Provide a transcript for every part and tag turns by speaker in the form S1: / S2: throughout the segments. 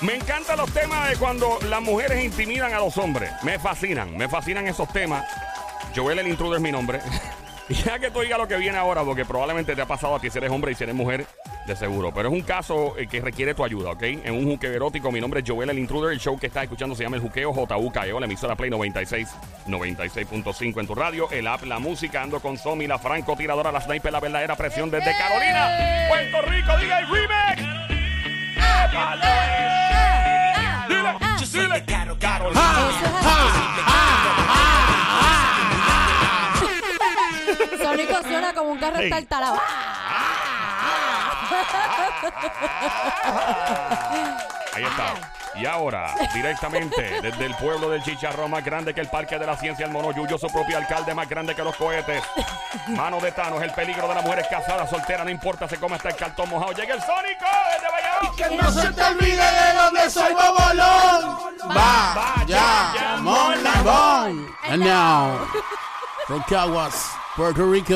S1: Me encantan los temas de cuando las mujeres intimidan a los hombres. Me fascinan, me fascinan esos temas. Joel el Intruder es mi nombre. y ya que tú digas lo que viene ahora, porque probablemente te ha pasado a ti si eres hombre y si eres mujer, de seguro. Pero es un caso eh, que requiere tu ayuda, ¿ok? En un juqueo erótico, mi nombre es Joel el Intruder. El show que estás escuchando se llama El Juqueo JUKEO, E la emisora Play 96, 96.5 en tu radio. El app, la música, ando con Somi, la francotiradora, la sniper, la verdadera presión desde Carolina, Puerto Rico, diga el remix. Dile, dile.
S2: Sónico suena como un carro
S1: Sí.
S2: estartalado.
S1: Ahí está. Y ahora, directamente desde el pueblo del chicharrón más grande que el Parque de la Ciencia, el Mono Yuyo, su propio alcalde más grande que los cohetes. Mano de Thanos, el peligro de las mujeres casadas, solteras, no importa, se come hasta el cartón mojado. Llega el Sónico desde Bayamón.
S3: Que no se te olvide de dónde soy bobolón. Va, ya, mon, lambón. And now, from Caguas, Puerto Rico,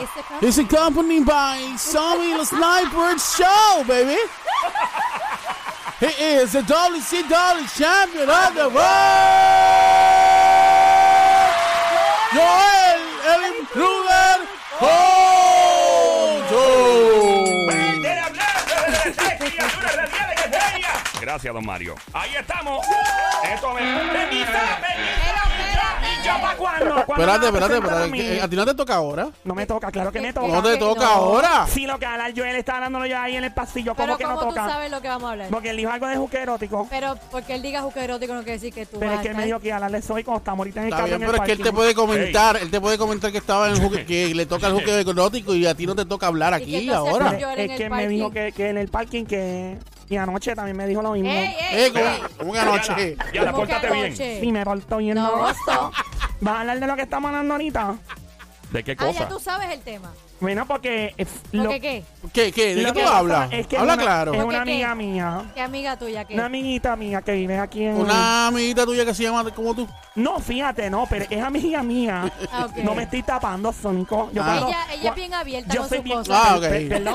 S2: Ese carro-
S3: is accompanied by Sammy the Sniper Show, baby. He is the WCW champion of the world. Joel, el intruder, Hojo.
S1: Gracias, don Mario. Ahí estamos. Esto me.
S3: Espérate, espérate, espérate. ¿A ti no te toca ahora?
S4: No me toca, claro que me toca.
S3: No te
S2: que
S3: toca
S2: no.
S3: ahora.
S4: Sí, lo que hablar Joel está hablándolo yo ahí en el pasillo. ¿Cómo
S2: Pero
S4: que
S2: como
S4: no
S2: tú
S4: toca?
S2: sabes lo que vamos a hablar.
S4: Porque él dijo algo de juque erótico.
S2: Pero porque él diga juque erótico no quiere decir que tú
S4: Pero
S2: vas
S4: es que él
S2: a
S4: me dijo que hablarle soy cuando estamos ahorita en el
S3: Está
S4: carro
S3: bien,
S4: en el
S3: pero es que él te
S4: parking.
S3: puede comentar, él te puede comentar que estaba en el juque- que le toca el juque económico y a ti no te toca hablar
S2: Y que
S3: aquí
S2: tú
S3: ahora.
S2: haces- Joel en
S4: Es que
S2: el
S4: él me dijo
S2: parking.
S4: que, que en el parking que... Y anoche también me dijo lo mismo.
S2: ¡Ey,
S3: Eh,
S2: ey!
S3: como, como que anoche.
S1: Ya la
S2: ¿Cómo que
S1: pórtate bien.
S2: anoche?
S4: Sí, me portó bien.
S2: eh. No,
S4: ¿no?
S2: stop.
S4: ¿Vas a hablar de lo que estamos hablando ahorita?
S1: ¿De qué
S2: Ah, ya
S1: cosa?
S2: tú sabes el tema.
S4: Bueno, porque... es lo-
S2: ¿Porque qué?
S3: ¿Qué, qué? ¿De
S4: lo
S3: qué
S4: que
S3: tú
S4: pasa
S3: hablas?
S4: es que
S3: Habla
S4: una- Es
S3: claro.
S4: una
S2: ¿Porque qué?
S4: amiga mía.
S2: ¿Qué amiga tuya? ¿Qué?
S4: Una amiguita mía que vive aquí en...
S3: Una amiguita tuya que se llama como tú.
S4: No, fíjate, no, pero es amiga mía.
S2: Ah, ok.
S4: No me estoy tapando, Sónico. Yo
S3: Ah.
S4: cuando-
S2: Ella, ella es bien abierta
S4: Yo
S2: con
S4: soy
S2: sus
S4: bien-
S2: cosas.
S3: Ah, ok.
S4: Pe- perdón.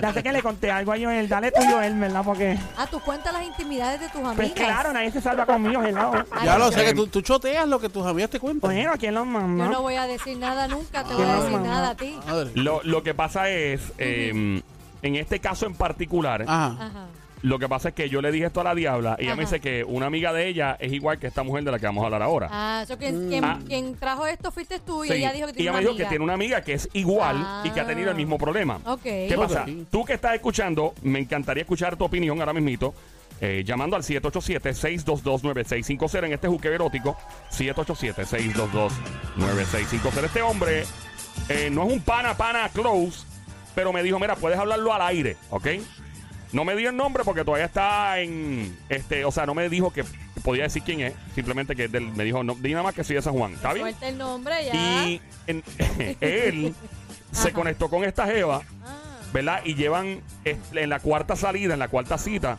S4: Ya sé que le conté algo a Joel. Dale tú, Joel, ¿verdad? Porque...
S2: Ah, tú cuentas las intimidades de tus amigas.
S4: Pues claro, nadie se salva conmigo, ¿verdad?
S2: Ay,
S3: Ya lo
S2: yo-
S3: sé, que tú,
S1: Em.
S3: tú choteas lo que tus amigas te cuentan.
S4: Bueno, ¿quién los manda?
S2: Yo no voy a decir nada nunca, te voy
S4: Ah,
S2: a decir
S4: mamá.
S2: nada a ti.
S3: Madre.
S1: Lo, lo que pasa es, eh, en este caso en particular,
S4: Ah.
S3: Ajá.
S2: Ajá.
S1: lo que pasa es que yo le dije esto a la diabla y ella me
S2: Ah. Ajá.
S1: dice que una amiga de ella es igual que esta mujer de la que vamos a hablar ahora.
S2: Ah, eso quien, quien,
S1: Ah.
S2: quien trajo esto fuiste tú y
S1: Sí.
S2: ella dijo que
S1: Y
S2: tiene
S1: ella
S2: una
S1: me dijo que
S2: amiga. Ah.
S1: tiene una amiga que es igual y que ha tenido el mismo problema.
S2: Ok.
S1: ¿Qué pasa?
S3: Ok.
S1: Tú que estás escuchando, me encantaría escuchar tu opinión ahora mismito. eh, llamando al 787-622-9650 en este juque erótico. 787-622-9650. Este hombre eh, no es un pana, pana close, pero me dijo, mira, puedes hablarlo al aire, ¿ok? No me dio el nombre porque todavía está en... este O sea, no me dijo que podía decir quién es. Simplemente que del- me dijo, no, di nada más que soy de San Juan. ¿Está bien?
S2: Suelta el nombre ya.
S1: Y en- él se
S2: Ajá.
S1: conectó con esta jeva,
S2: Ah,
S1: ¿verdad? Y llevan eh, en la cuarta salida, en la cuarta cita,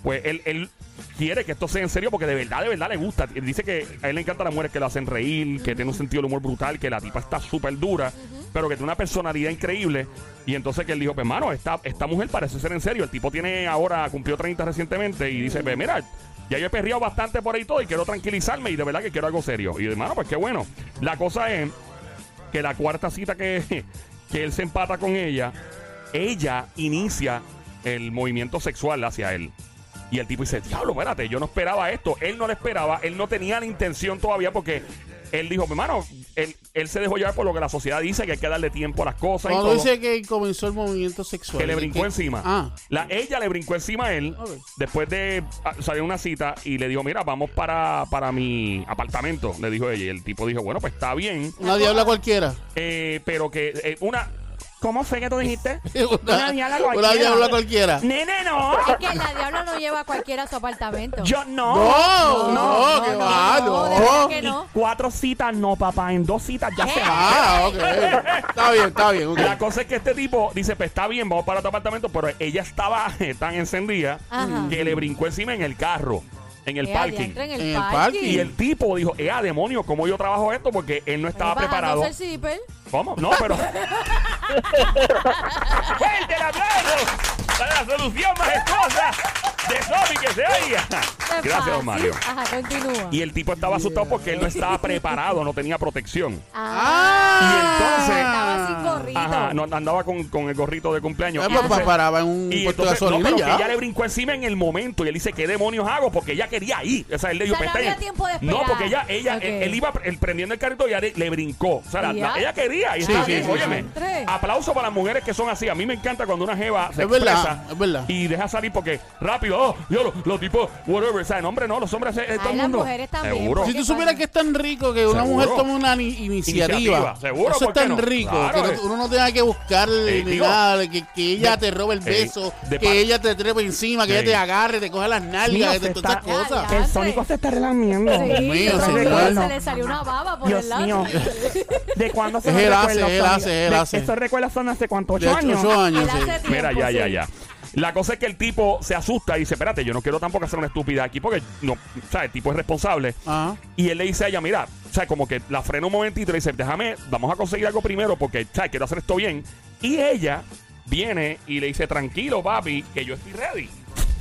S1: pues él, él quiere que esto sea en serio porque de verdad, de verdad le gusta. Él dice que a él le encantan las mujeres que lo hacen reír, que tiene un sentido del humor brutal, que la tipa está súper dura, pero que tiene una personalidad increíble. Y entonces que él dijo, pues mano, esta, esta mujer parece ser en serio. El tipo tiene ahora, cumplió 30 recientemente y dice, pues mira, ya yo he perreado bastante por ahí todo y quiero tranquilizarme y de verdad que quiero algo serio. Y yo, hermano, pues qué bueno. La cosa es que la cuarta cita que, que él se empata con ella, ella inicia el movimiento sexual hacia él. Y el tipo dice, diablo, espérate, yo no esperaba esto. Él no lo esperaba, él no tenía la intención todavía porque él dijo, hermano, él, él se dejó llevar por lo que la sociedad dice, que hay que darle tiempo a las cosas. y
S3: Cuando
S1: todo.
S3: dice que comenzó el movimiento sexual.
S1: Que le
S3: ¿de
S1: brincó
S3: qué?
S1: encima.
S3: Ah.
S1: La, ella le brincó encima a él
S3: Ok.
S1: después de ah, salir a una cita y le dijo, mira, vamos para, para mi apartamento, le dijo ella. Y el tipo dijo, bueno, pues está bien,
S3: Nadie habla cualquiera.
S1: eh, pero que eh, una...
S4: ¿Cómo fue que tú dijiste?
S3: Una
S4: diabla
S3: una diabla cualquiera.
S4: Nene, no.
S2: Es que la diabla no lleva a cualquiera a su apartamento.
S4: Yo
S3: No, no,
S2: no,
S3: que
S2: no,
S3: va,
S2: no, de verdad que
S3: no.
S2: no.
S4: Cuatro citas, no, papá. En dos citas ya se va.
S3: Ah, ok. Está bien, está bien. ok.
S1: La cosa es que este tipo dice, pues está bien, vamos para tu apartamento, pero ella estaba tan encendida
S2: Ajá.
S1: que le brincó encima en el carro, en el
S2: Ella
S1: parking.
S2: entra En el,
S3: En el
S2: parking.
S3: parking.
S1: Y el tipo dijo, eh, demonio, ¿cómo yo trabajo esto? Porque él no estaba
S2: Bajándose
S1: preparado.
S2: el zipper.
S1: ¿Cómo? No, pero. ¡Fuerte el aplauso! Dale la solución majestuosa de Somi que se oiga.
S2: Qué
S1: Gracias, don
S2: fácil.
S1: Mario.
S2: Ajá, continúa.
S1: Y el tipo estaba asustado porque él no estaba preparado, no tenía protección.
S2: Ah. Estaba sin gorrito.
S1: Ajá, no, andaba con, con el gorrito de cumpleaños.
S3: Ah, pues, pa- paraba en un
S1: y
S3: puesto de
S1: entonces, no,
S3: gasolina
S1: pero
S3: y
S1: que
S3: ya.
S1: ella le brincó encima en el momento y él dice, ¿qué demonios hago? Porque ella quería ir. O sea, él le dio
S2: O sea, no
S1: pestañas.
S2: había tiempo de esperar.
S1: No, porque ella, ella,
S2: Ok.
S1: él, él iba pr- él prendiendo el carrito y ella le, le brincó. O sea, la-
S2: Ya.
S1: la- ella quería. Y
S3: Sí,
S1: está
S3: sí,
S1: bien,
S3: sí,
S1: óyeme.
S2: sí. Tres.
S1: Aplauso para las mujeres que son así. A mí me encanta cuando una jeva se
S3: Es verdad,
S1: expresa
S3: es verdad.
S1: y deja salir porque rápido, oh, yo lo- los tipos, whatever. O sea, no, hombre, no, los hombres, eh, todo el
S2: las
S1: mundo.
S2: mujeres también,
S1: Seguro.
S2: porque-
S3: Si tú supieras que es tan rico que una
S1: Seguro.
S3: mujer tome una ni- iniciativa,
S1: Iniciativa, seguro,
S3: eso
S1: ¿por
S3: es
S1: qué
S3: tan
S1: no?
S3: rico
S1: Claro,
S3: que
S1: eh.
S3: no- uno no tenga que buscarle
S1: Eh,
S3: ni
S1: digo,
S3: nada, que, que ella
S1: de-
S3: te robe el
S1: eh,
S3: beso,
S1: de pa-
S3: que ella te trepe encima, que
S1: Sí.
S3: ella te agarre, te coja las nalgas,
S4: Mío,
S3: que te-
S4: se
S3: todas
S2: está-
S3: esas cosas.
S2: Ya,
S4: El
S2: Andrés.
S4: sónico se está relamiendo.
S2: Sí,
S3: Dios mío,
S2: yo
S3: sí,
S2: creo que
S3: bueno.
S2: se le salió una baba por
S4: Dios
S2: el lado.
S4: mío. ¿De cuándo se
S3: Es
S4: los
S3: él hace,
S4: recuerdos
S3: él
S4: son?
S3: hace, él
S4: De-
S3: hace.
S4: Esos recuerdos son hace cuántos
S3: De
S4: ocho
S3: hecho,
S4: años.
S3: ocho años,
S2: Él
S3: sí.
S2: hace tiempo,
S1: Mira, ya,
S2: sí.
S1: ya, ya. La cosa es que el tipo se asusta y dice, espérate, yo no quiero tampoco hacer una estúpida aquí porque, no, o sea, el tipo es responsable.
S3: Ajá.
S1: Y él le dice a ella, mira, o sea, como que la frena un momentito y le dice, déjame, vamos a conseguir algo primero porque, o sea, quiero hacer esto bien. Y ella viene y le dice, tranquilo, papi, que yo estoy ready.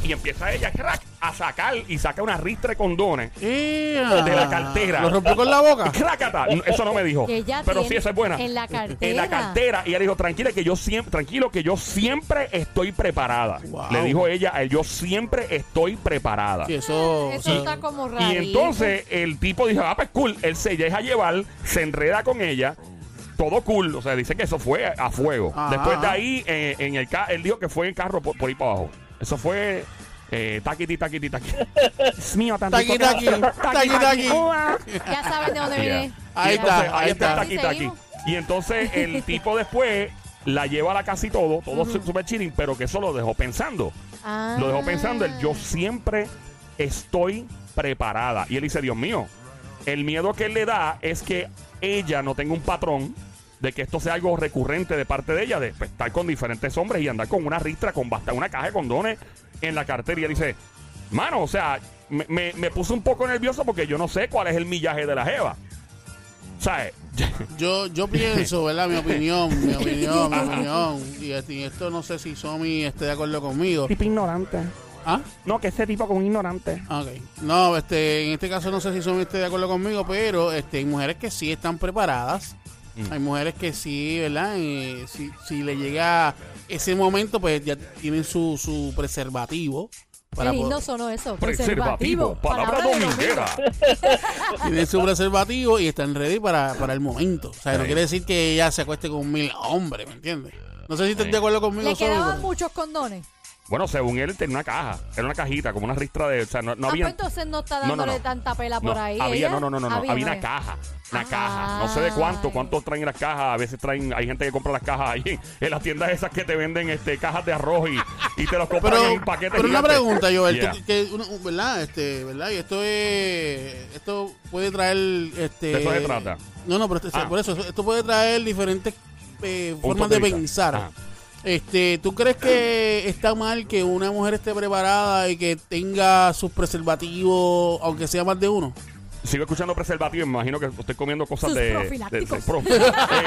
S1: Y empieza ella, crack, a sacar y saca una ristra de condones.
S3: Ea.
S1: De la cartera.
S3: ¿Lo rompió con la boca?
S1: Crácata, No, eso no me dijo.
S2: Que ella
S1: Pero
S2: tiene
S1: sí, esa es buena.
S2: en la cartera.
S1: En la cartera. Y ella le dijo, tranquila, que yo siempre, tranquilo, que yo siempre estoy preparada.
S3: Wow.
S1: Le dijo ella a él, yo siempre estoy preparada.
S3: Sí, eso...
S2: Eso
S3: o sea,
S2: está como raro.
S1: Y entonces el tipo dijo, ah, pues cool. Él se deja llevar, se enreda con ella. Todo cool. O sea, dice que eso fue a fuego.
S3: Ajá.
S1: Después de ahí, eh, en el ca- él dijo que fue en carro por, por ahí para abajo. Eso fue eh, taquiti, taquiti, taquiti.
S4: Dios mío, tan
S3: Taqui,
S4: rico que-
S3: taqui, taqui, taqui.
S4: ua.
S2: Ya saben de dónde
S1: Yeah.
S2: viene.
S3: Ahí
S1: Y entonces,
S3: está,
S1: ahí
S3: ahí
S1: está,
S3: está.
S1: el
S2: ¿Y
S1: taquita aquí.
S2: seguimos?
S1: Y entonces el tipo después la lleva a la casa y todo, todo su- super chilling, pero que eso lo dejó pensando.
S2: Ah.
S1: Lo dejó pensando, el yo siempre estoy preparada. Y él dice, Dios mío, el miedo que él le da es que ella no tenga un patrón de que esto sea algo recurrente de parte de ella, de pues, estar con diferentes hombres y andar con una ristra, con basta, una caja de condones en la cartera. Y él dice, mano, o sea, me, me, me puso un poco nervioso porque yo no sé cuál es el millaje de la jeva. ¿Sabes?
S3: Yo, yo pienso, ¿verdad? Mi opinión, mi opinión, mi opinión. Y, este- y esto no sé si Somi esté de acuerdo conmigo.
S4: Tipo ignorante.
S3: ¿Ah?
S4: No, que ese tipo con ignorante.
S3: Ah, Ok. No, este, en este caso no sé si Somi esté de acuerdo conmigo, pero este, hay mujeres que sí están preparadas.
S1: Mm.
S3: Hay mujeres que sí, ¿verdad? Eh, si, si le llega ese momento, pues ya tienen su, su preservativo.
S2: Qué lindo
S3: poder-
S2: sonó eso.
S1: Preservativo, palabra
S2: de domingo.
S1: dominguera.
S3: tienen su preservativo y están ready para, para el momento. O sea, no
S1: Sí.
S3: quiere decir que ella se acueste con mil hombres, ¿me entiendes? No sé si estás de acuerdo conmigo,
S2: Le
S3: Somi,
S2: quedaban
S3: pero-
S2: muchos condones. Ah,
S1: Bueno, según él tenía una caja, era una cajita, como una ristra de, o sea, no, no
S2: Ah, pues
S1: había
S2: entonces no
S1: No,
S2: está
S1: no,
S2: dándole
S1: no.
S2: tanta pela
S1: No,
S2: por ahí.
S1: había,
S2: ella.
S1: no, no, no, no, no, había, una
S2: había.
S1: caja, una
S2: Ah.
S1: caja, no sé de cuánto, cuánto traen las cajas, a veces traen, hay gente que compra las cajas ahí en, en las tiendas esas que te venden este cajas de arroz y, y te los compran en
S3: pero,
S1: un paquete.
S3: pero una
S1: gigante.
S3: pregunta, Joel,
S1: Yeah.
S3: tú- que uno- ¿verdad? Este, ¿verdad? Y esto es, esto puede traer, este,
S1: De eso se trata.
S3: No, no, pero este-
S1: Ah.
S3: por eso, esto puede traer diferentes eh, formas
S1: de
S3: de,
S1: vista.
S3: pensar.
S1: Ajá.
S3: Este, ¿tú crees que está mal que una mujer esté preparada y que tenga sus preservativos, aunque sea más de uno?
S1: Sigo escuchando preservativo, me imagino que estoy comiendo cosas
S2: Sus
S1: de.
S2: profilácticos.
S1: de- de- prof- Eh,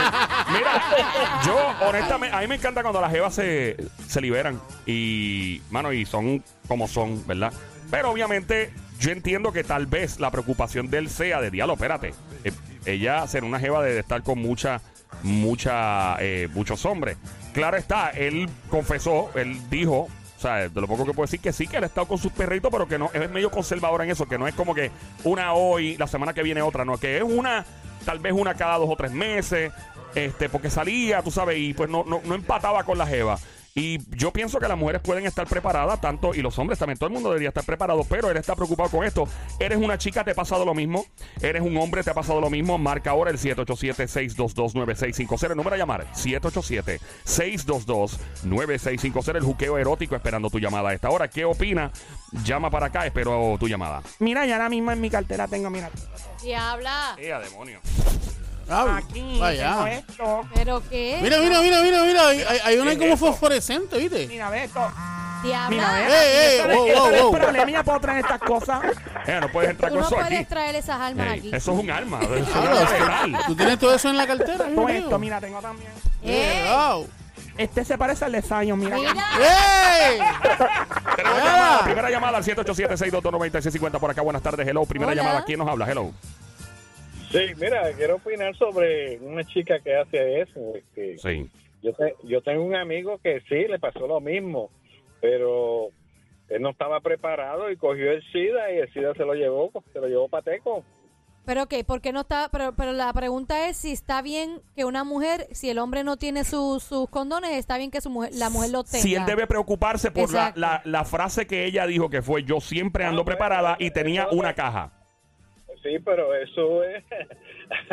S1: mira, yo honestamente, a mí me encanta cuando las jevas se, se liberan y, mano, y son como son, ¿verdad? Pero obviamente yo entiendo que tal vez la preocupación de él sea de diálogo, espérate. eh, ella será una jeva de estar con mucha, mucha, eh, muchos hombres. Claro está, él confesó, él dijo, o sea, de lo poco que puedo decir que sí, que él ha estado con sus perritos, pero que no es medio conservador en eso, que no es como que una hoy, la semana que viene otra, no, que es una, tal vez una cada dos o tres meses, este, porque salía, tú sabes, y pues no, no, no empataba con la jeva. Y yo pienso que las mujeres pueden estar preparadas, tanto, y los hombres también, todo el mundo debería estar preparado, pero él está preocupado con esto. Eres una chica, te ha pasado lo mismo. Eres un hombre, te ha pasado lo mismo. Marca ahora el 787-622-9650. El número a llamar, 787-622-9650. El juqueo erótico esperando tu llamada a esta hora. ¿Qué opina? Llama para acá, espero tu llamada.
S4: Mira, ya ahora mismo en mi cartera tengo, mira.
S2: Diabla.
S1: ¡Ea, demonio!
S3: Ah,
S4: Aquí tengo
S3: vaya.
S4: esto.
S2: ¿Pero qué?
S3: Mira, mira, mira, mira, mira, hay, hay- hay una
S1: ¿Qué es
S3: como
S1: esto?
S3: fosforescente, ¿viste?
S4: Mira, ve esto. Mira,
S2: Diabla.
S4: ve.
S1: eh,
S3: ¡Ey, ey!
S4: Esto
S3: ¡Wow,
S4: no es- esto no es
S3: wow, wow!
S4: problema, puedo traer estas cosas.
S1: Ea, Eh, no puedes entrar
S2: Tú
S1: con
S2: no
S1: eso
S2: puedes
S1: aquí.
S2: traer esas armas
S1: Ey,
S2: aquí. Ah,
S1: eso es un arma. Eso es un
S3: Claro,
S1: arma letal.
S3: ¿Tú tienes todo eso en la cartera?
S4: Todo
S3: Dios mío?
S4: esto, mira, tengo también.
S2: Ey,
S3: Wow.
S4: Este se parece al de Zion, mira.
S2: Mira.
S3: ¡Ey!
S1: Tenemos
S3: Ah.
S1: llamada. Primera llamada al 787-622-9650. Por acá, buenas tardes. Hello. Primera
S2: Hola.
S1: llamada. ¿Quién nos habla? Hello.
S5: Sí, mira, quiero opinar sobre una chica que hace eso. este,
S1: Sí.
S5: yo, te- yo tengo un amigo que sí, le pasó lo mismo, pero él no estaba preparado y cogió el SIDA y el SIDA se lo llevó, pues, se lo llevó Pateco.
S2: Pero qué, ¿por qué no está? Pero, pero la pregunta es si está bien que una mujer, si el hombre no tiene sus sus condones, está bien que su mujer, la mujer lo tenga.
S1: Si él debe preocuparse por la,
S2: Exacto.
S1: la, la frase que ella dijo, que fue yo siempre ando
S5: Ah, bueno,
S1: preparada y tenía
S5: eso-
S1: una caja.
S5: Pues Sí, pero eso es,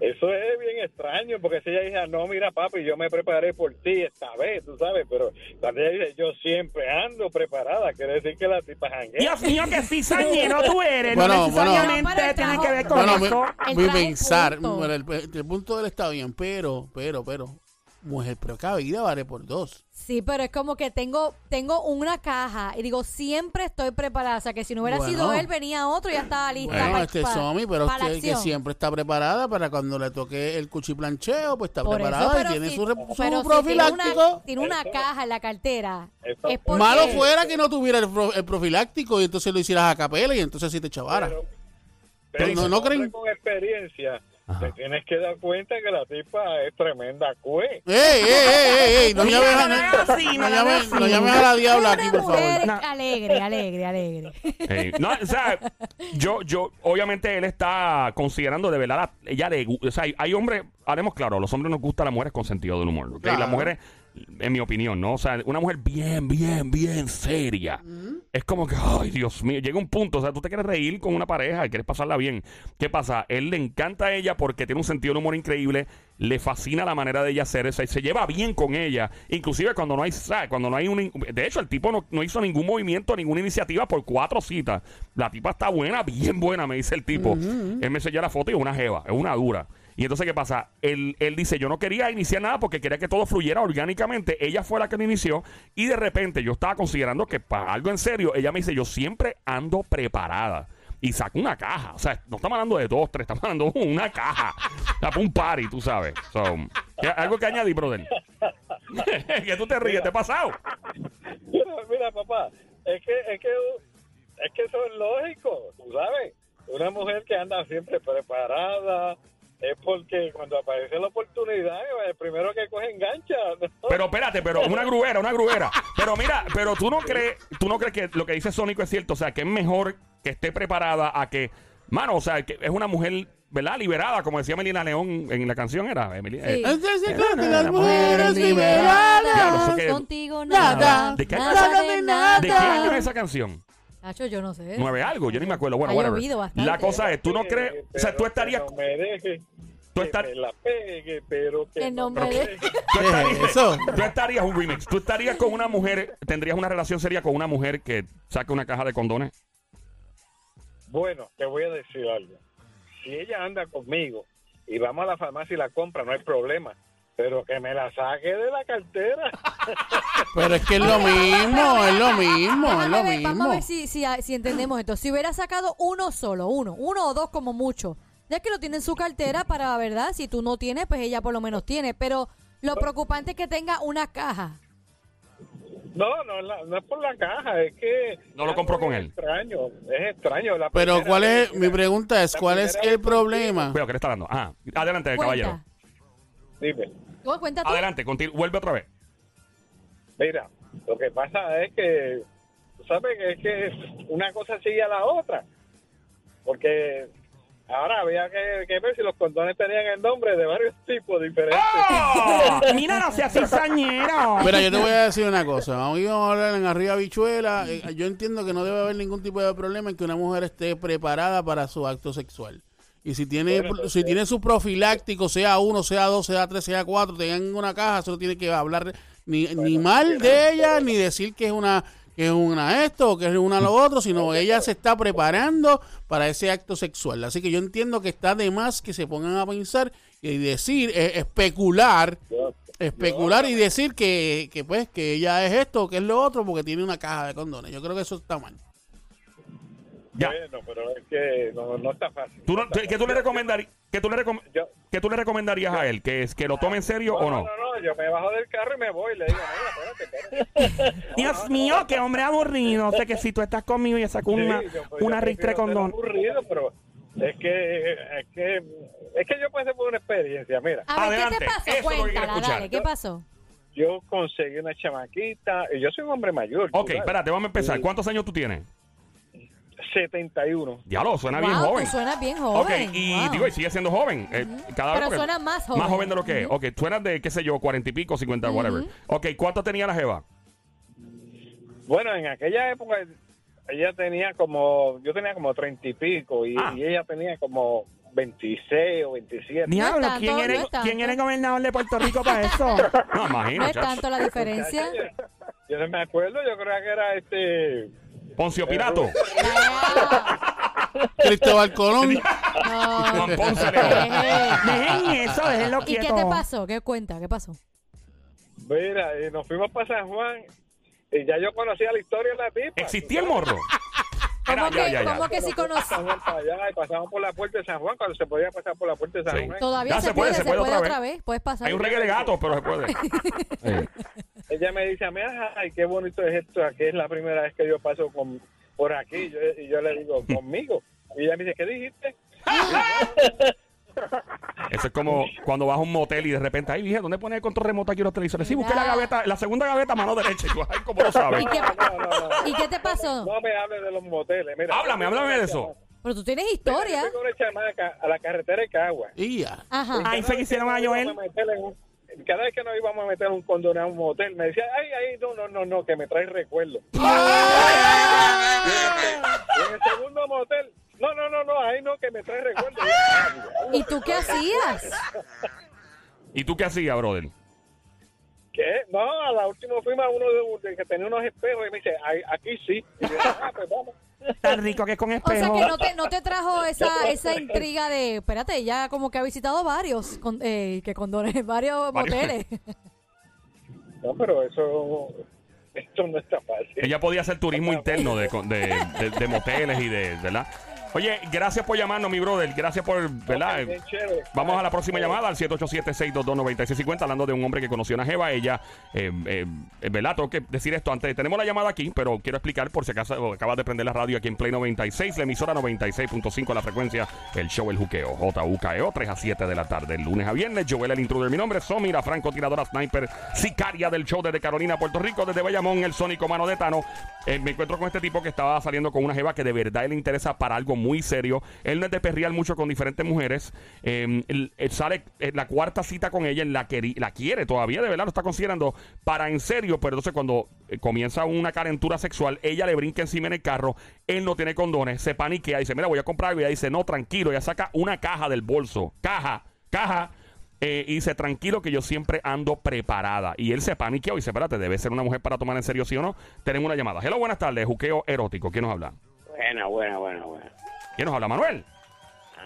S5: eso es bien extraño, porque si ella dice, no, mira papi, yo me preparé por ti esta vez, tú sabes, pero cuando ella dice, yo siempre ando preparada, quiere decir que la tipa janguea.
S4: Dios mío, que cizañero tú eres.
S3: Bueno,
S4: no necesariamente
S2: bueno. No, pero
S4: tiene que ver con
S3: Bueno,
S4: eso.
S3: mi, mi
S2: Él trae un
S3: pensar,
S2: punto.
S3: bueno, el, el punto del está bien, pero, pero, pero, mujer precavida vale por dos.
S2: Sí, pero es como que tengo tengo una caja y digo, siempre estoy preparada. O sea, que si no hubiera
S3: Bueno.
S2: sido él, venía otro y ya estaba lista
S3: Bueno,
S2: para
S3: este es
S2: pa-
S3: Somi, pero
S2: pa' la
S3: usted que
S2: acción.
S3: siempre está preparada para cuando le toque el cuchiplancheo, pues está
S2: Por eso,
S3: preparada
S2: pero
S3: y tiene
S2: si-
S3: su, re- su
S2: pero si Tiene
S3: profiláctico.
S2: una, tiene una
S5: Eso-
S2: caja en la cartera.
S5: Eso-
S2: Es porque-
S3: Malo fuera que no tuviera el, pro- el profiláctico y entonces lo hicieras a capela y entonces sí te chavara.
S5: Pero-
S3: No,
S5: como
S3: no
S5: hombre
S3: creen.
S5: Con experiencia, te tienes que dar cuenta que la tipa es tremenda cue.
S3: ¡Ey, ey, ey, ey! ey, no
S4: Mira,
S3: llames
S4: no la
S3: a,
S4: hagas así,
S3: no
S4: no la
S3: llames-
S4: hagas así.
S3: no llames a la diabla
S2: Una
S3: aquí, por favor.
S2: mujer
S4: No.
S2: Alegre, alegre, alegre.
S1: Eh, no, o sea, yo, yo, obviamente él está considerando de verdad, la- ella le gu- o sea, hay, hay hombres, haremos claro, a los hombres nos gustan las mujeres con sentido del humor, ¿ok?
S3: Claro.
S1: Las mujeres, en mi opinión, ¿no? O sea, una mujer bien, bien, bien seria. Es como que, ay, Dios mío, llega un punto, o sea, tú te quieres reír con una pareja, quieres pasarla bien. ¿Qué pasa? Él le encanta a ella porque tiene un sentido del humor increíble, le fascina la manera de ella hacer eso, y se lleva bien con ella, inclusive cuando no hay, ¿sabes? cuando no hay un, de hecho el tipo no, no hizo ningún movimiento, ninguna iniciativa por cuatro citas. La tipa está buena, bien buena, me dice el tipo. Él me enseñó la foto y es una jeva, es una dura. Y entonces, ¿qué pasa? Él, él dice, yo no quería iniciar nada porque quería que todo fluyera orgánicamente. Ella fue la que lo inició y de repente yo estaba considerando que para algo en serio, ella me dice, yo siempre ando preparada. Y sacó una caja. O sea, no estamos hablando de dos, tres, estamos hablando de una caja. Está para un party, tú sabes. So, ¿qué- algo que añadí, brother. que tú te ríes, te he pasado.
S5: Mira, mira, papá, es que, es que es que eso es lógico, tú sabes. Una mujer que anda siempre preparada es porque cuando aparece la oportunidad, el primero que coge engancha. ¿no?
S1: Pero espérate, pero una grubera, una grubera. Pero mira, pero tú no crees, tú no crees que lo que dice Sónico es cierto, o sea, que es mejor que esté preparada a que, mano, o sea, que es una mujer, ¿verdad? Liberada, como decía Melina León en la canción era Melina.
S2: Sí.
S3: Entonces,
S1: Eh, no,
S3: cuando
S1: no,
S3: las
S1: no,
S3: mujeres
S1: mujeres Diablo, eso
S3: liberadas.
S1: que-
S2: Contigo
S3: Nada,
S2: nada.
S1: ¿de qué-
S2: nada de nada.
S1: ¿De qué año es esa canción?
S2: Nacho, yo no sé.
S1: Nueve algo, yo ni me acuerdo. Bueno,
S2: Ha
S1: whatever.
S2: llovido bastante.
S1: La cosa es, tú no
S5: Que-
S1: crees, o sea,
S5: pero
S1: tú
S5: que
S1: estarías,
S5: no me deje,
S1: tú
S5: que
S1: estarías,
S5: me la pegue, pero que
S2: Que no me deje.
S1: tú
S3: ¿Qué es
S1: estarías-
S3: Eh, eso?
S1: tú estarías un remix, tú estarías con una mujer, tendrías una relación seria con una mujer que saque una caja de condones.
S5: Bueno, te voy a decir algo. Si ella anda conmigo y vamos a la farmacia y la compra, no hay problema. Pero que me la saque de la cartera.
S3: Pero es que es lo mismo, es lo mismo, es
S2: Déjame
S3: lo
S2: ver, Vamos Ah, a
S3: mismo.
S2: ver si, si, ah, si entendemos esto. Si hubiera sacado uno solo, uno, uno o dos como mucho, ya que lo tiene en su cartera para, ¿verdad? Si tú no tienes, pues ella por lo menos tiene. Pero lo preocupante es que tenga una caja.
S5: No, no, la- no es por la caja, es que...
S1: No lo compró con él.
S5: Es extraño, es extraño. La
S3: Pero
S5: primera
S3: ¿cuál es?
S5: vez-
S3: Mi pregunta es,
S5: la
S3: ¿cuál es
S5: primera
S3: el
S5: vez-
S3: problema?
S1: Veo que le está dando. Ah, adelante, caballero.
S2: Cuenta.
S5: Dime,
S2: ¿Tú cuenta tú?
S1: Adelante, conti- vuelve otra vez.
S5: mira, lo que pasa es que... tú ¿Sabes? Es que una cosa sigue a la otra. Porque ahora había que, que ver si los condones tenían el nombre de varios tipos diferentes.
S1: ¡Ah!
S4: Mira, no seas cizañero.
S3: Mira, yo te voy a decir una cosa. Vamos a hablar en arriba bichuela. Eh, Yo entiendo que no debe haber ningún tipo de problema en que una mujer esté preparada para su acto sexual. Y si tiene,
S5: Bueno, pero
S3: si
S5: usted-
S3: tiene su profiláctico, sea uno, sea dos, sea tres, sea cuatro, tengan una caja, eso no tiene que hablar ni, ni mal de ella, ni decir que es una que es una esto o que es una lo otro, sino ella se está preparando para ese acto sexual. Así que yo entiendo que está de más que se pongan a pensar y decir, eh, especular especular y decir que, que pues que ella es esto que es lo otro porque tiene una caja de condones yo creo que eso está mal
S1: Ya.
S5: Bueno, pero es que no, no está fácil.
S1: ¿Tú no-
S5: No está
S1: ¿Qué tú le recomendarías? ¿Qué tú le, recom-
S5: Yo-
S1: qué tú le recomendarías a él? ¿Que, es- ¿Que lo tome en serio o no?
S5: No, no, no, yo me bajo del carro y me voy. Le digo, mira, espérate, espérate.
S4: Dios mío, qué hombre aburrido. Sé que si tú estás conmigo, yo saco una,
S5: Sí, yo, pues, yo
S4: una ristra de
S5: prefiero ser
S4: condón.
S5: aburrido, pero es que, es que, es que yo pasé por una experiencia. Mira,
S2: A ver,
S1: Adelante,
S2: ¿qué te pasó?
S1: eso es lo que quiero
S2: Cuéntala,
S1: escuchar.
S2: dale, ¿qué pasó?
S5: yo conseguí una chamaquita. y Yo soy un hombre mayor. tú
S1: Ok,
S5: sabes.
S1: espérate, vamos a empezar. ¿Cuántos años tú tienes?
S5: 71.
S1: Diablo, suena bien
S2: Wow,
S1: joven.
S2: tú suenas bien joven.
S1: Ok, y
S2: wow.
S1: digo, y sigue siendo joven. eh, cada vez
S2: Pero
S1: porque-
S2: suena más joven.
S1: Más joven de lo que es. Ok, suena de, qué sé yo, cuarenta y pico, cincuenta, whatever. Ok, ¿cuánto tenía la Jeva?
S5: Bueno, en aquella época ella tenía como, yo tenía como 30 y pico y,
S1: Ah.
S5: y ella tenía como 26 o 27.
S4: Diablo,
S2: tanto,
S4: ¿quién
S2: no
S4: eres
S2: es tanto.
S4: ¿quién eres gobernador de Puerto Rico para eso?
S1: No,
S2: no
S1: imagino,
S2: es
S1: chacho.
S2: tanto la diferencia.
S5: Yo no me acuerdo, yo creo que era este...
S1: Poncio Pirato.
S2: Ah,
S3: Cristóbal Colón.
S2: no.
S1: Con Ponce de León.
S2: Deje.
S4: Dejen eso, déjenlo
S2: ¿Y qué
S4: quieto.
S2: te pasó? ¿Qué cuenta? ¿Qué pasó?
S5: Mira, y nos fuimos para San Juan y ya yo conocía la historia de la tipa.
S1: ¿Existía el morro? Era,
S2: ¿Cómo
S1: ya,
S2: que,
S1: ya, ya.
S2: cómo que si
S5: Nos fuimos
S2: conoces?
S5: para San Juan para allá y pasamos por la puerta de San Juan cuando se podía pasar por la puerta de San
S1: Sí.
S5: Juan.
S2: Todavía
S1: Ya,
S2: se, puede, se puede, otra, vez. Puedes pasar.
S1: Hay un reggae de gatos, pero se puede. Sí.
S5: Ella me dice a mí, ay, qué bonito es esto, aquí es la primera vez que yo paso con, por aquí. Yo- y yo le digo, conmigo. Y ella me dice, ¿qué dijiste?
S1: Eso es como cuando vas a un motel y de repente, ay, vieja, ¿dónde pones el control remoto aquí los televisores? Sí, busqué la
S2: Mira.
S1: gaveta, la segunda gaveta, mano derecha. Y tú, ay, ¿cómo lo sabes?
S2: ¿Y qué,
S5: "Ah, No, no, no.
S2: ¿Y qué te pasó?
S5: No me hables de los moteles. Mira,
S1: Háblame, háblame de eso.
S2: Pero tú tienes
S5: Mira,
S2: historia.
S5: yo fui con una chamaca a la carretera de Cagua.
S3: Y ya.
S2: Ajá.
S4: Ahí fue que hicieron a
S5: Cada
S4: Joel.
S5: vez que nos íbamos a meter en un- Cada vez que nos íbamos a meter un condón a un motel, me decía, ay, ay, no, no, no, no, que me trae recuerdo. Y en el segundo motel, no, no, no, no, ahí no, que me trae recuerdo.
S2: ¿Y tú qué hacías?
S1: ¿Y tú qué hacías, brother?
S5: ¿Qué? No, a la última fuimos a uno de, de que tenía unos espejos y me dice, "Ay, aquí sí. Y yo, ah, pues vamos.
S4: Tan rico que es
S2: O
S4: con
S2: sea
S4: espejo.
S2: que no te, no te trajo esa, esa intriga de, espérate, ya como que ha visitado varios, con, eh, que condones, varios
S1: Varios.
S2: moteles.
S5: No, pero eso, esto no está fácil.
S1: Ella podía hacer turismo interno de, de, de- de moteles y de, ¿verdad? Oye, gracias por llamarnos, mi brother. Gracias por, ¿verdad?
S5: Ok, bien chévere.
S1: Vamos a la próxima llamada al 787-622-9650, hablando de un hombre que conoció a una jeva. Ella, eh, eh, eh, ¿verdad? Tengo que decir esto antes. Tenemos la llamada aquí, pero quiero explicar por si acaso acabas de prender la radio aquí en Play 96, la emisora 96.5, la frecuencia, el show El Juqueo, JUKEO, 3 E a 7 de la tarde, el lunes a viernes. Joel el intruder, mi nombre es Somira, francotiradora, sniper, sicaria del show desde Carolina, Puerto Rico, desde Bayamón, el sónico mano de Tano. Eh, me encuentro con este tipo que estaba saliendo con una jeva que de verdad le interesa para algo muy serio. Él no es de perrear mucho con diferentes mujeres. Eh, él- él sale eh, la cuarta cita con ella, él la, queri- la quiere todavía, de verdad lo está considerando para en serio, pero entonces cuando eh, comienza una calentura sexual, ella le brinca encima en el carro, él no tiene condones, se paniquea, dice, mira, voy a comprar algo", y ella dice, no, tranquilo, ella saca una caja del bolso, caja, caja. eh, y dice, tranquilo que yo siempre ando preparada. Y él se paniqueó y dice, espérate, debe ser una mujer para tomar en serio, ¿sí o no? Tenemos una llamada. Hello, buenas tardes. Juqueo erótico. ¿Quién nos habla?
S6: Buena, buena, buena, buena. pues.
S1: ¿Quién nos habla? Manuel.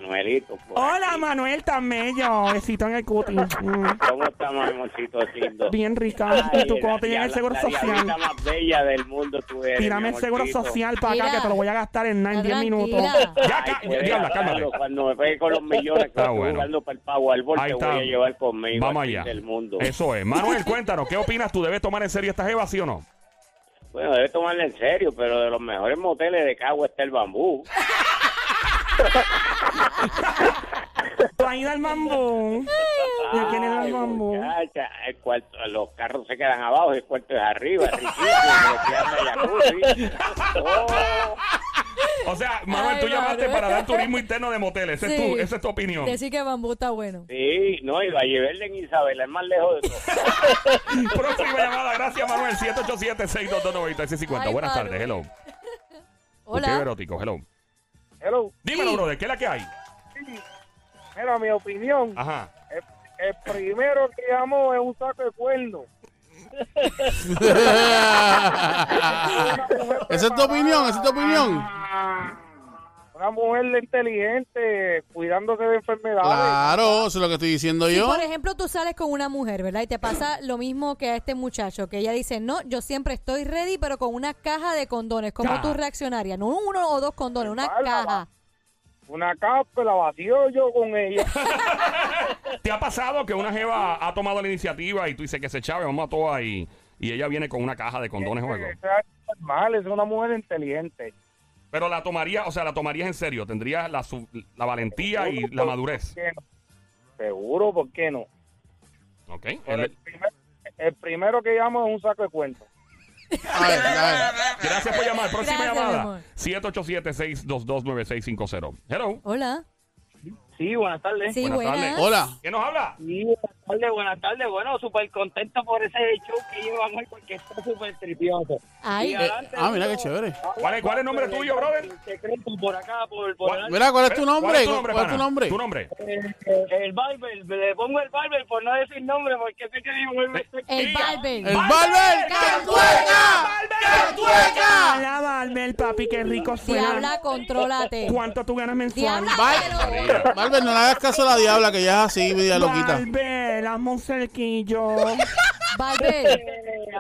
S6: Manuelito. por
S4: Hola,
S6: aquí.
S4: Manuel, tan bello. Besito en el cuti. Mm,
S6: ¿Cómo estamos, amorcito lindo?
S4: Bien rica.
S6: Ay,
S4: ¿Y tú cómo te
S6: la-
S4: llega el
S6: la-
S4: seguro
S6: la
S4: social?
S6: diablita más bella del mundo tú eres.
S4: Tírame el
S6: mi
S4: seguro
S6: amorcito.
S4: social para acá
S2: Mira.
S4: que te lo voy a gastar en nada, en 10 minutos.
S2: Tranquila.
S1: Ya,
S6: Ay,
S1: ca-
S6: puedes
S1: diabla,
S6: gastarlo.
S1: cálmate.
S6: Cuando me pegue con los millones que
S1: Está
S6: estoy
S1: bueno.
S6: jugando para el Powerball,
S1: Ahí
S6: te
S1: está.
S6: voy a llevar conmigo
S1: Vamos
S6: al fin
S1: allá.
S6: del mundo.
S1: Eso es. Manuel, cuéntanos, ¿qué opinas tú? ¿Debes tomar en serio esta jeva, sí o no?
S6: Bueno, debes tomarla en serio, pero de los mejores moteles de Cagua está el bambú.
S4: Tú has ido al mambo. ¿De quién era el
S6: Ay,
S4: bambú?
S6: muchacha, el cuarto- los carros se quedan abajo y el cuarto es arriba, riquísimo, le queda el jacuzzi. Oh.
S1: O sea, Manuel,
S2: Ay,
S1: tú llamaste
S2: Manuel.
S1: para dar turismo interno de motel. Ese es
S2: Sí.
S1: tu, esa es tu opinión.
S2: Decir que bambú está bueno.
S6: Sí, no, y Valle Verde en Isabela, es más lejos de todo.
S1: Próxima llamada. Gracias, Manuel. 787-622-9650.
S2: Ay,
S1: Buenas
S2: Manuel.
S1: tardes. Hello. Juqueo
S2: Hola.
S1: erótico. Hello.
S5: Hello.
S1: Dímelo,
S2: Sí.
S1: brother. ¿Qué es la que hay?
S5: Mira, mi opinión,
S1: Ajá.
S5: el, el primero que amo es un saco de cuerno.
S3: Esa es tu opinión, esa es tu opinión.
S5: Una mujer inteligente, cuidándose de enfermedades.
S3: Claro, eso es lo que estoy diciendo
S2: Si,
S3: yo.
S2: por ejemplo, tú sales con una mujer, ¿verdad? Y te pasa lo mismo que a este muchacho, que ella dice, no, yo siempre estoy ready, pero con una caja de condones. ¿Cómo
S1: Caja.
S2: tú reaccionarías? No uno o dos condones, una
S5: Bárbara.
S2: caja.
S7: una capa, la vacío yo con ella.
S1: ¿Te ha pasado que una jeva ha tomado la iniciativa y tú dices que se chave, vamos a todas y, y ella viene con una caja de condones o algo?
S7: Eso es normal, es una mujer inteligente.
S1: Pero la tomaría, o sea, la tomarías en serio, tendrías la, su- la valentía y la madurez.
S7: ¿Por qué no? Seguro, ¿por qué no?
S1: ¿Ok?
S7: Pero el, primer- el primero que llamo es un saco de cuentos.
S3: A ver, a ver.
S1: Gracias por llamar. Próxima
S2: Gracias, mi amor.
S1: llamada. 787-622-9657. Hello.
S2: Hola.
S5: Sí, buenas tardes.
S2: Sí,
S1: Buenas
S2: buenas.
S1: tardes.
S3: Hola.
S1: ¿Quién nos habla?
S5: Sí, buenas tardes, buenas tardes. Bueno, súper contento por ese show que yo amor, porque está súper tripioso.
S2: Ay,
S5: Y
S3: Eh,
S5: adelante,
S3: ah, mira
S5: amigo.
S3: qué chévere.
S1: ¿Cuál es- cuál es el nombre tuyo, brother?
S5: El secreto por acá, por, por
S1: ¿Cuál-
S5: el-
S3: Mira, ¿cuál es tu nombre?
S1: ¿Cuál es tu nombre?
S3: ¿Cuál es tu
S1: pana?
S3: nombre?
S1: ¿Tu nombre?
S5: el, el barber. Le pongo el barber por no decir nombre, porque sé que digo el
S2: el barber.
S3: El Barber Cantueca. ¡Cantueca!
S4: Hola, Valver, papi, qué rico suena.
S2: Diabla, contrólate.
S4: ¿Cuánto tú ganas mensual?
S2: Diabla,
S3: Bye.
S2: pero-
S3: Barber, no le hagas caso a la diabla que ya es así, media loquita.
S4: Valver, amo un cerquillo.
S2: barber.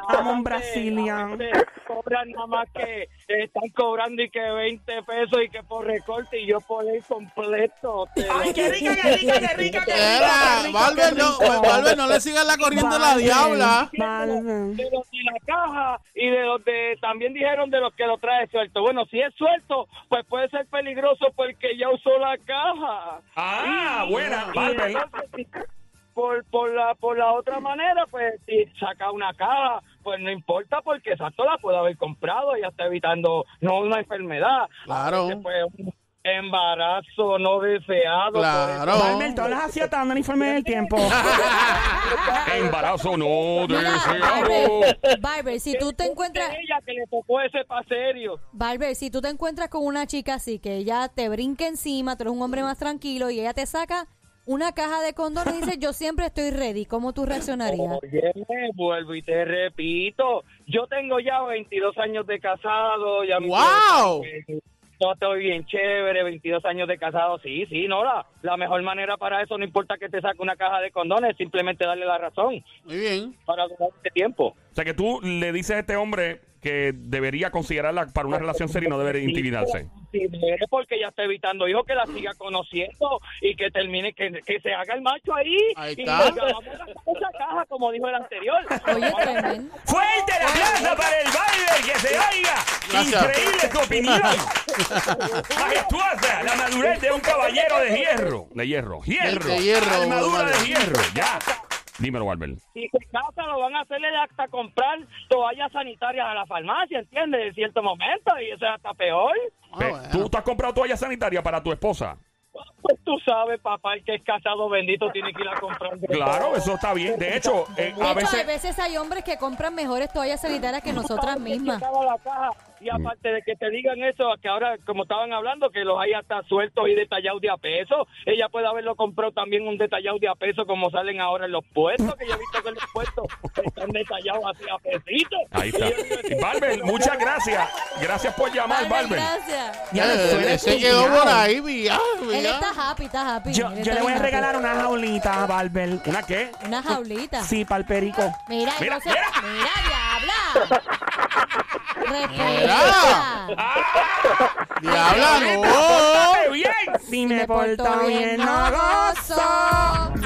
S4: Amo un Brazilian.
S5: Eh, Cobran nada más que están cobrando y que 20 pesos y que por recorte y yo por el completo. te lo
S4: Ay, qué rica, qué rica, qué rica, qué rica.
S3: Era, Barber, no, Barber, no le sigas la corriente a la diabla.
S4: Valver.
S5: de los de la caja y de los de también dijeron de los que lo trae suelto. Bueno, si es suelto, pues puede ser peligroso porque ya usó la caja.
S1: Ah, buena.
S5: Y
S1: Valver.
S5: entonces, si- por, por la por la otra manera, pues si saca una caja, pues no importa porque exacto la puede haber comprado, ya está evitando no una enfermedad.
S3: Claro.
S5: A veces, pues, un embarazo no deseado. por
S3: Claro.
S4: Valver, todas las hacía tan uniforme del tiempo.
S1: Embarazo no
S2: Mira,
S1: deseado.
S2: barber, barber, si tú te encuentras,
S5: de ella que le tocó ese paserio.
S2: barber, si tú te encuentras con una chica así que ella te brinca encima, tú eres un hombre más tranquilo y ella te saca una caja de condones y dice, "Yo siempre estoy ready." ¿Cómo tú reaccionarías?
S5: Oye, vuelvo y te repito, yo tengo ya 22 años de casado, ya mi
S3: ¡Wow!
S5: cuerpo, yo Eh, estoy bien chévere, 22 años de casado, sí, sí, Nora, la mejor manera para eso no importa que te saque una caja de condones, simplemente darle la razón
S3: Muy bien.
S5: para durar este tiempo.
S1: O sea que tú le dices a este hombre que debería considerarla para una relación seria y no debería intimidarse.
S5: Sí, pero porque ya está evitando hijo que la siga conociendo y que termine, que, que se haga el macho ahí,
S3: Ahí
S5: y
S3: está.
S5: diga, vamos a sacar esa caja como dijo el anterior.
S2: Oye, tremendo.
S1: ¡Fuerte la plaza para el Valver que se oiga!
S3: Gracias.
S1: ¡Increíble tu opinión! ¡Majestuosa! La madurez de un caballero de hierro. De hierro. ¡Hierro!
S3: De hierro,
S1: ¡Armadura de
S3: Valver.
S1: hierro! ¡Ya! Dímelo, Valver.
S5: Si se casa, lo van a hacerle hasta comprar toallas sanitarias a la farmacia, ¿entiendes? En cierto momento, y eso es hasta peor.
S3: Ah,
S1: Ve,
S3: bueno.
S1: ¿Tú, tú has comprado toalla sanitaria para tu esposa?
S5: Pues tú sabes, papá, el que es casado bendito tiene que ir a comprar. de
S1: Claro,
S5: todo.
S1: eso está bien. De hecho, eh,
S2: De
S1: a
S2: hecho, hay
S1: veces...
S2: veces hay hombres que compran mejores toallas sanitarias que nosotras
S5: Sabes que
S2: mismas.
S5: estaba la caja, Y
S1: Mm.
S5: aparte de que te digan eso, que ahora, como estaban hablando, que los hay hasta sueltos y detallados de a peso, ella puede haberlo comprado también un detallado de a peso, como salen ahora en los puestos, que yo he visto que en los puestos están detallados así a pesito.
S1: Ahí está. Valver, muchas gracias. Gracias por llamar, Valver.
S2: Barber, gracias.
S4: Ya me suena
S3: Eh, Se quedó por
S4: estudiado.
S3: ahí, mira.
S2: Él
S3: mira.
S2: está happy, está happy.
S4: Yo,
S2: Él
S4: yo
S2: está
S4: le voy a
S2: bien
S4: regalar
S2: happy.
S4: una jaulita a Valver.
S1: ¿Una qué?
S2: una jaulita.
S4: Sí, para el perico.
S2: Mira,
S1: Mira,
S2: no sé-
S1: mira.
S2: mira, diabla. Respeta.
S3: Diabla,
S1: ¡Pórtate
S3: no.
S1: bien!
S4: Si me porto bien, no gozo.